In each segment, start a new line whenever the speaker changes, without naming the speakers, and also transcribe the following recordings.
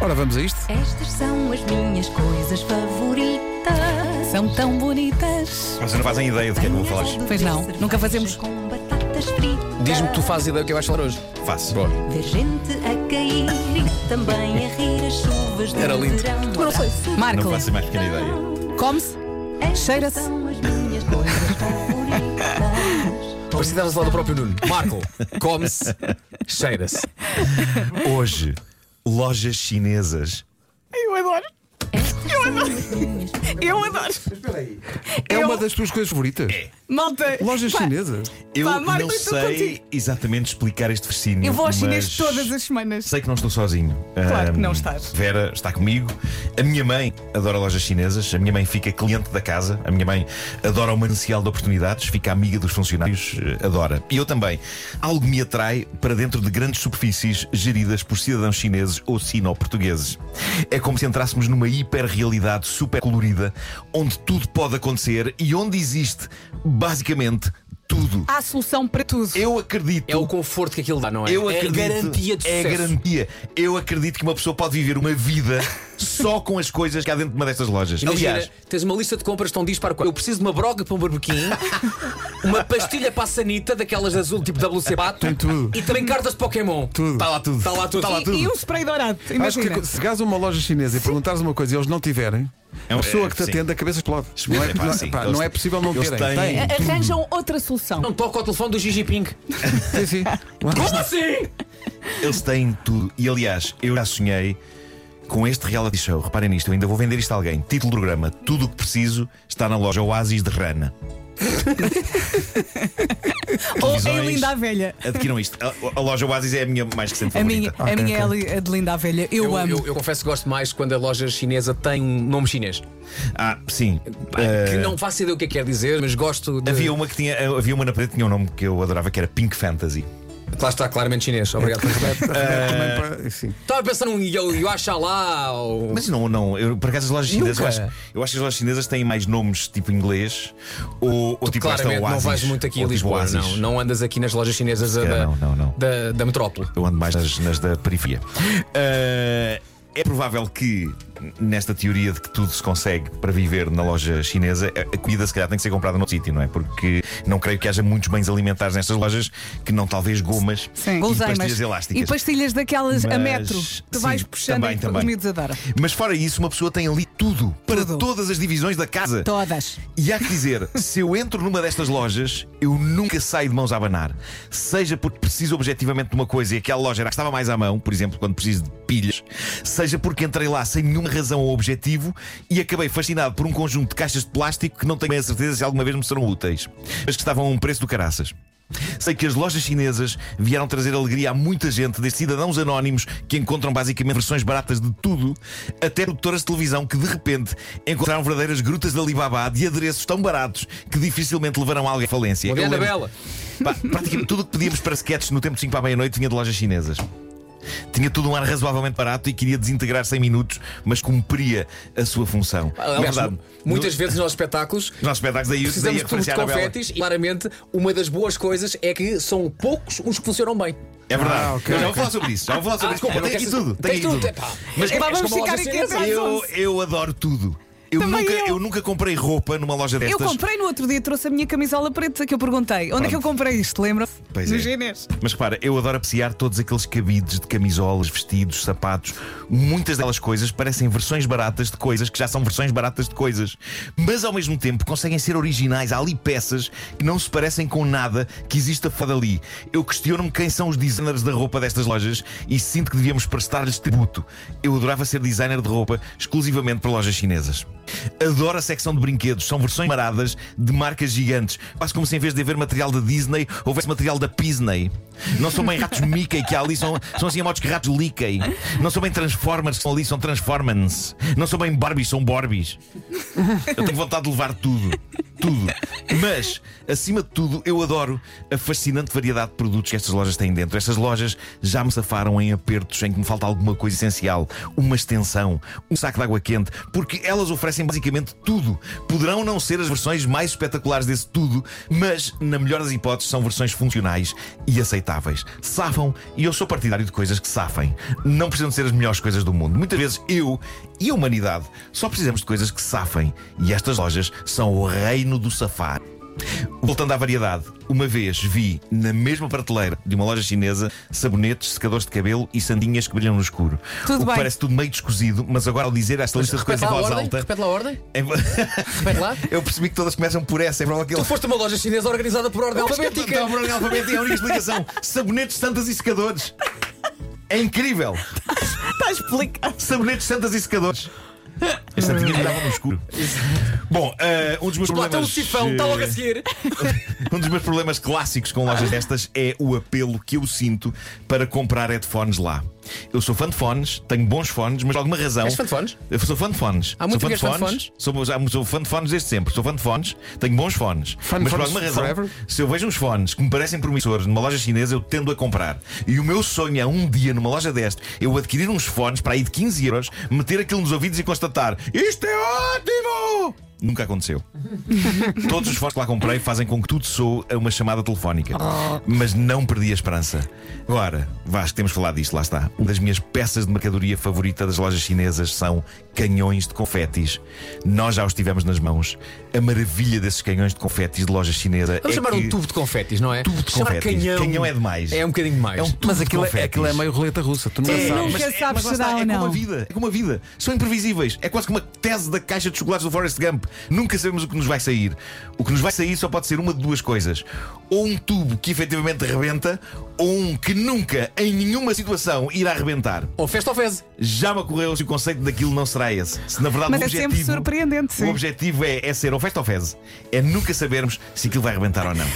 Ora, vamos a isto?
Estas são as minhas coisas favoritas.
São tão bonitas.
Vocês não fazem ideia do que é que eu vou falar. hoje.
Pois não, nunca fazemos.
Com batatas fritas.
Diz-me que tu fazes ideia do
é
que vais falar hoje.
Faço.
Boa.
Ver gente a cair e também a rir as chuvas do
Era lindo.
verão.
Marco,
Não faço a mais pequena ideia.
come-se?
Estas
Cheira-se.
são as minhas coisas favoritas.
Parecia que lá do próprio Nuno. Marco, come-se, cheira-se.
Hoje, lojas chinesas.
Estas são as minhas
Eu adoro.
É uma das tuas coisas favoritas?
É.
Malta.
Lojas
pá,
chinesas?
Eu
Pá, Marco,
não
eu estou
sei
contigo.
exatamente explicar este fascínio.
Eu vou aos
mas
chineses todas as semanas.
Sei que não estou sozinho.
Claro que
Ahm,
não estás.
Vera está comigo. A minha mãe adora lojas chinesas. A minha mãe fica cliente da casa. A minha mãe adora o manancial de oportunidades. Fica amiga dos funcionários. eh, Adora. E eu também. Algo me atrai para dentro de grandes superfícies geridas por cidadãos chineses ou sino-portugueses. É como se entrássemos numa hiperrealidade super colorida, onde tudo pode acontecer e onde existe, basicamente, tudo.
Há solução para tudo.
Eu acredito.
É o conforto que aquilo dá, não é?
Eu
é
acredito,
garantia de
É
sucesso.
garantia. Eu acredito que uma pessoa pode viver uma vida só com as coisas que há dentro de uma destas lojas.
Imagina,
Aliás,
tens uma lista de compras tão disparo qual. Eu preciso de uma broga para um barbequim, uma pastilha para a sanita, daquelas azul tipo WC Pato,
Tem tudo.
e também cartas de Pokémon.
Tudo.
está lá tudo.
Está lá tudo.
Está lá
E-
tudo.
E um spray dourado.
Acho
Imagina.
que se chegares a uma loja chinesa e perguntares uma coisa e eles não tiverem,
É
a
um-
pessoa
é,
que te
sim.
atende, a cabeça explode.
Sim,
Não é,
é pá,
não-
sim.
pá,
Eles-
não é possível não
eles
terem.
têm-
Tem.
A- Arranjam outra solução.
Não toca ao telefone do Gigi Pink.
Sim, sim.
Como assim?
Eles têm tudo. E aliás, eu já sonhei com este reality show. Reparem nisto, eu ainda vou vender isto a alguém. Título do programa: Tudo o que preciso está na loja Oasis de Rana.
Ou a
Televisões.
Linda a Velha.
Adquiram isto. A, a loja Oasis é a minha mais recente
A minha,
favorita.
a minha é ali- a de Linda a Velha. Eu,
Eu,
amo.
eu- eu confesso que gosto mais quando a loja chinesa tem um nome chinês.
Ah, sim. Eh,
Pá, Que não faço ideia o que é que quer dizer, mas gosto de.
Havia uma que tinha, havia uma na parede que tinha um nome que eu adorava que era Pink Fantasy.
Lá está claramente chinês. Obrigado por
Também para- sim.
Estava a pensar num eu, eu acho lá ou.
Mas não, não, eu, por acaso as lojas
Nunca.
chinesas, eu acho, eu acho que as lojas chinesas têm mais nomes tipo inglês ou, ou tipo esta
Claramente não
Oasis,
vais muito aqui a
ou tipo
Lisboa,
Oasis.
não. Não andas aqui nas lojas chinesas
calhar
da,
não, não, não.
da, da metrópole.
Eu ando mais nas, nas da periferia. Ah, é provável que nesta teoria de que tudo se consegue para viver na loja chinesa, a- a comida se calhar tem que ser comprada noutro sítio, não é? Porque não creio que haja muitos bens alimentares nestas lojas que não talvez gomas
Sim.
e
Gulseimas.
pastilhas elásticas.
E pastilhas daquelas a
Mas-
metro. Tu vais
sim,
puxando
também,
e os
também.
miúdos adoram.
Mas fora isso, uma pessoa tem ali tudo, para
Tudo. Então,
todas as divisões da casa.
Todas.
E há que dizer, se eu entro numa destas lojas, eu nunca saio de mãos a abanar. Seja porque preciso objetivamente de uma coisa e aquela loja era a que estava mais à mão, por exemplo, quando preciso de pilhas, seja porque entrei lá sem nenhuma razão ou objetivo e acabei fascinado por um conjunto de caixas de plástico que não tenho bem a certeza se alguma vez me serão úteis, mas que estavam a um preço do caraças. Sei que as lojas chinesas vieram trazer alegria a muita gente, desde cidadãos anónimos que encontram basicamente versões baratas de tudo, até produtoras de televisão que de repente encontraram verdadeiras grutas de Alibaba de adereços tão baratos que dificilmente levarão alguém à falência.
Bom dia,
Eu lembro-
Anabela.
Pá, praticamente tudo o que pedíamos para sketches no tempo de 5 à meia-noite vinha de lojas chinesas. Tinha tudo um ar razoavelmente barato e queria desintegrar 100 minutos, mas cumpria a sua função. É
Aliás,
verdade,
muitas
no-
vezes nos espetáculos
Nos nossos espetáculos daí, daí
precisamos
a
de tubos de
referência à Anabela.
confetes e claramente uma das boas coisas é que são poucos os que funcionam bem.
É verdade.
Ah, ok.
Eu já vou falar sobre isso. Já vou falar sobre isso.
desculpa,
Ah,
Eu tenho
não
aqui
quero
tudo.
saber.
Tenho aqui
Tens
tudo.
tudo, epá. é,
Mas é
Epá,
És
vamos
como a
ficar
loja
aqui
chinesa.
atrás.
eu, eu adoro tudo. Eu
Também
nunca,
eu.
eu nunca comprei roupa numa loja
Eu
destas.
comprei no outro dia, trouxe a minha camisola preta que eu perguntei. Onde é que eu comprei isto? Lembra-se?
Pois
no
é.
Ginés.
Mas repara, eu adoro apreciar todos aqueles cabides de camisolas, vestidos, sapatos. Muitas delas coisas parecem versões baratas de coisas que já são versões baratas de coisas. Mas ao mesmo tempo conseguem ser originais. Há ali peças que não se parecem com nada que exista fora dali. Eu questiono-me quem são os designers da roupa destas lojas e sinto que devíamos prestar-lhes tributo. Eu adorava ser designer de roupa exclusivamente para lojas chinesas. Adoro a secção de brinquedos, são versões maradas de marcas gigantes. Quase como se em vez de haver material da Disney, houvesse material da Pisney. Não são bem ratos Mickey que há ali, são, são assim a modos que ratos Lickey. Não são bem Transformers que são ali, são Transformans. Não são bem Barbies, são Borbies. Eu tenho vontade de levar tudo. tudo. Mas, acima de tudo, eu adoro a fascinante variedade de produtos que estas lojas têm dentro. Estas lojas já me safaram em apertos em que me falta alguma coisa essencial, uma extensão, um saco de água quente, porque elas oferecem basicamente tudo. Poderão não ser as versões mais espetaculares desse tudo, mas, na melhor das hipóteses, são versões funcionais e aceitáveis. Safam e eu sou partidário de coisas que safem. Não precisam de ser as melhores coisas do mundo. Muitas vezes eu e a humanidade só precisamos de coisas que safem e estas lojas são o reino do safar. Voltando à variedade, uma vez vi na mesma prateleira de uma loja chinesa sabonetes, secadores de cabelo e sandinhas que brilham no escuro.
Tudo
o que
bem.
parece tudo meio descozido, mas agora ao dizer esta lista de
Repete lá
coisas em
a
voz
ordem,
alta.
repete lá a ordem. Repete lá.
Eu percebi que todas começam por essa, é provável que
Tu
ele
foste a uma loja chinesa organizada por ordem alfabética.
Está por ordem alfabética, é a única explicação. Sabonetes, santas e secadores. É incrível.
Está a explicar.
Sabonetes, santas e secadores. As santinhas brilhavam no escuro. Bom, eh, um dos meus
Lá está o
problemas.
sifão, está tá
eh,
logo a seguir.
um dos meus problemas clássicos com lojas destas é o apelo que eu sinto para comprar headphones lá. Eu sou fã de fones, tenho bons fones, mas por alguma razão.
És fã de fones?
Eu sou fã de fones.
Há muito
sou
que és
fã de
fã de
fones.
fones?
Sou, já, sou fã de fones desde sempre. Sou fã de fones, tenho bons fones.
Fã de
mas por
fones
alguma razão,
forever?
se eu vejo uns fones que me parecem promissores numa loja chinesa, eu tendo a comprar. E o meu sonho é um dia, numa loja deste, eu adquirir uns fones para aí de 15 euros, meter aquilo nos ouvidos e constatar: Isto é ótimo! Nunca aconteceu. Todos os fones que lá comprei fazem com que tudo soe a uma chamada telefónica.
Oh.
Mas não perdi a esperança. Agora, Vasco, temos falado disto, lá está. Uma das minhas peças de mercadoria favorita das lojas chinesas são canhões de confetis. Nós já os tivemos nas mãos. A maravilha desses canhões de confetis de loja chinesa
Vamos
é
chamar
que...
um tubo de confetes, não é?
Tubo de
chamar
confetis.
canhão.
Canhão é demais.
É um bocadinho mais.
É um tubo
Mas
de
aquilo, é,
confetis.
aquilo é meio roleta russa, tu nunca
É,
sabes.
Nunca
mas, é,
sabes
mas lá
se dá
está,
ou
é como a
não.
vida, é como a vida. São imprevisíveis. É quase como uma tese da caixa de chocolates do Forrest Gump. Nunca sabemos o que nos vai sair. O que nos vai sair só pode ser uma de duas coisas: ou um tubo que efetivamente rebenta, ou um que nunca, em nenhuma situação, irá rebentar.
Ou festa ou fez.
Já me ocorreu se o conceito daquilo não será esse. Se na verdade
Mas
o
é
objetivo,
sempre surpreendente, sim.
O objetivo é, é ser ou festa ou fez. É nunca sabermos se aquilo vai rebentar ou não.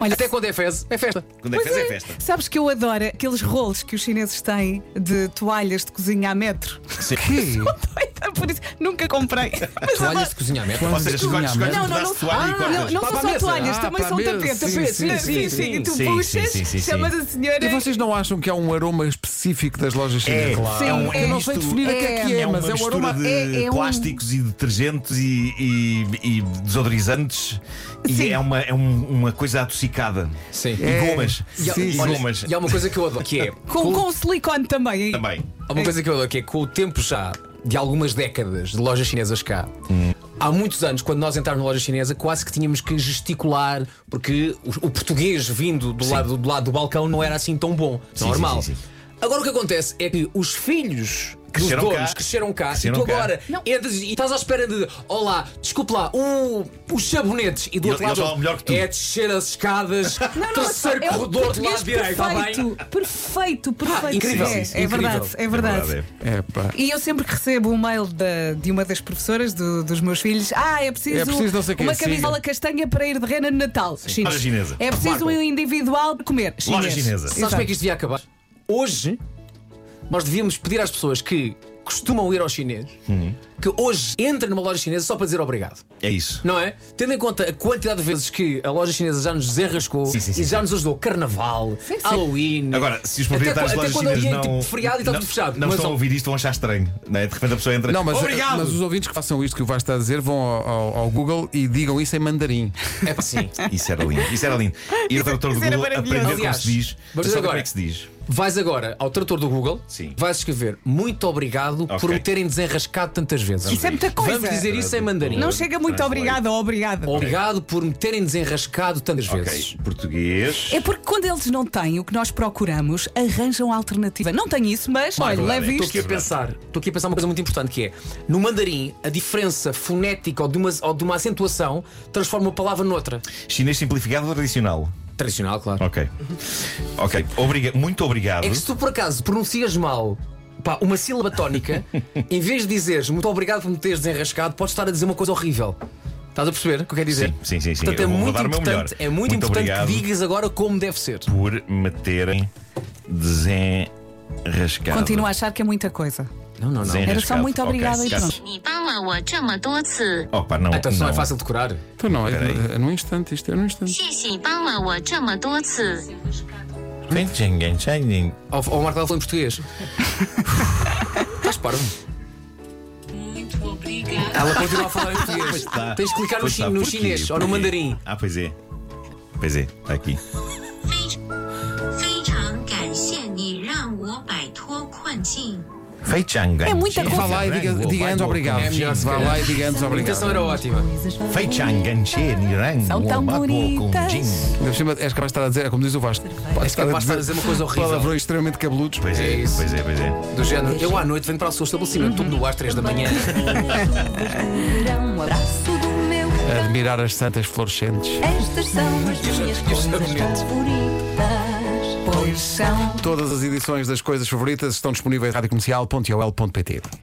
Olha,
Até quando é fez, é festa.
Quando é
Pois
fez, é
é.
festa.
Sabes que eu adoro aqueles rolos que os chineses têm de toalhas de cozinha a metro.
Sim.
Então, Por isso, nunca comprei.
Toalhas
Mas
de
adoro.
cozinhar, mete.
Ou seja, escolhes, escolhes
Não,
um
não,
pedaço
não.
de toalha e
Ah,
cortas.
Não, não
Para
são
a
só
mesa.
toalhas,
Ah,
também
para a
são
mesa.
tapetes.
Sim, sim,
Sim,
sim,
sim, sim. E tu
sim,
puxas,
sim, sim, sim.
chamas a senhora.
E vocês não acham que há um aroma específico das lojas chinesas?
Sim,
é um-
é.
Eu não sei definir o que é que é,
É uma
mas é o
mistura
aroma.
de
é- é um-
plásticos e detergentes e, e- e desodorizantes
Sim.
e é uma, é um- uma coisa atossicada.
Sim.
E
É.
gomas.
Sim,
e
sim.
gomas.
E um- há uma coisa que eu adoro, que é.
Com, com silicone também.
Também.
Há uma coisa que eu adoro, que é com o tempo já de algumas décadas de lojas chinesas cá. Há muitos anos, quando nós entrávamos na loja chinesa, quase que tínhamos que gesticular, porque o, o português vindo do lado, do lado do balcão não era assim tão bom.
Sim,
normal.
sim, sim, sim.
Agora o que acontece é que os filhos
Cresceram
dos donos
cá.
cresceram cá e
Cresceram
tu
cá.
agora
Não.
entras e estás à espera de olá, desculpe lá, o, os sabonetes e do
E
outro
eles
lado
falam melhor que tu.
é descer as escadas,
Não, não,
terceiro
é o
corredor do lado
português
direito, está bem?
perfeito, perfeito, perfeito.
incrível.
É,
Sim, sim,
é
incrível.
verdade, é
É
verdade.
verdade,
É, pá.
E eu sempre que recebo um mail da- de uma das professoras do- dos meus filhos. Ah, é preciso,
É preciso não sei quê,
uma
sim.
camisola castanha para ir de rena no Natal. Chinês.
Loja chinesa.
É preciso um
Marco.
individual para comer.
Loja
Chinês.
chinesa.
Sabes como é que isto devia acabar? Hoje, nós devíamos pedir às pessoas que costumam ir ao chinês
Uhum.
que hoje entrem numa loja chinesa só para dizer obrigado,
É isso.
não é? Tendo em conta a quantidade de vezes que a loja chinesa já nos desenrascou
Sim, sim, sim,
e já
sim.
nos ajudou Carnaval, Halloween.
Agora, se os
Até
proprietários de
quando-
lojas
até quando
chinesas
alguém,
não.
tipo, feriado e está
não-
tudo fechado.
Não
Mas
estão a
ao-
ouvir isto, vão achar estranho. não é? De repente a pessoa entra.
Não, mas,
Obrigado!
mas os ouvintes que façam isto que o Vasco está a dizer vão ao, ao- ao Google e digam isso em mandarim.
É para sim.
Isso era lindo. Isso era lindo. E o tradutor
isso
do
era
Google
maravilhoso.
aprendeu como
Aliás,
se diz.
vamos
Sabe
agora.
como é que se diz?
Vais agora ao trator do Google,
Sim.
vais escrever muito obrigado por
Ok.
me terem desenrascado tantas vezes.
Isso é muita coisa.
Vamos dizer isso em mandarim.
Não chega muito
Translate.
obrigada ou obrigada.
Obrigado por me terem desenrascado tantas vezes.
é Ok. Português.
É porque quando eles não têm o que nós procuramos, arranjam a alternativa. Não tem isso, mas olha,
verdade,
leve
é.
Estou aqui
isto.
a pensar, estou aqui a pensar uma coisa muito importante que é no mandarim a diferença fonética ou de uma, ou de uma acentuação transforma uma palavra noutra.
Chinês simplificado ou tradicional?
Tradicional, claro.
Ok. Ok. Obriga- Muito obrigado.
É que se tu por acaso pronuncias mal pá, uma sílaba tónica, em vez de dizeres muito obrigado por me teres desenrascado, podes estar a dizer uma coisa horrível. Estás a perceber o que eu quero dizer?
Sim, sim, sim, sim.
Portanto, é
Eu vou
muito,
dar o meu
importante,
melhor.
é muito,
Muito
importante
obrigado.
que digas agora como deve ser.
por me terem desenrascado.
Continuo a achar que é muita coisa.
Não, não, não.
Desenrascado.
Era só muito
Ok,
obrigada e
se calhar-
你帮了我这么多次，
Opa, não.
Então se não é
não.
fácil decorar.
Então não, é,
Peraí.
é num instante, isto é num instante.
谢谢你帮了我这么多次。
Ou, ou o Marco ela falou em português. Estás parvo. Ela continua a falar em português.
Tá.
Tens de clicar no,
Pois
chi-
tá,
no
porquê?
chinês ou no
Porquê?
mandarim.
Ah, pois é. Pois é, está aqui.
非非常感谢你让我摆脱困境。
Feichang.
É muita coisa.
Vá lá e diga,
Vai,
diga
vai,
antes
vai,
obrigado.
é melhor, se
Vá lá
calhar.
e diga antes
A imitação
obrigado.
era ótima.
Feichang, Ganche, Nirang,
São tão
Wombapo,
bonitas.
Kongjing.
Ainda por cima, És capaz de estar a dizer, é como diz o Vasco.
És capaz de estar a dizer uma coisa horrível.
Palavrões extremamente cabeludos.
Pois
É
é,
isso.
pois é, pois é.
Do género, eu à noite venho para o seu estabelecimento, tudo no ar, 3 da manhã.
Um abraço do meu
Admirar as santas florescentes.
Estas são as minhas coisas favoritas, pois são.
Todas as edições das coisas favoritas estão disponíveis em radiocomercial.ol.pt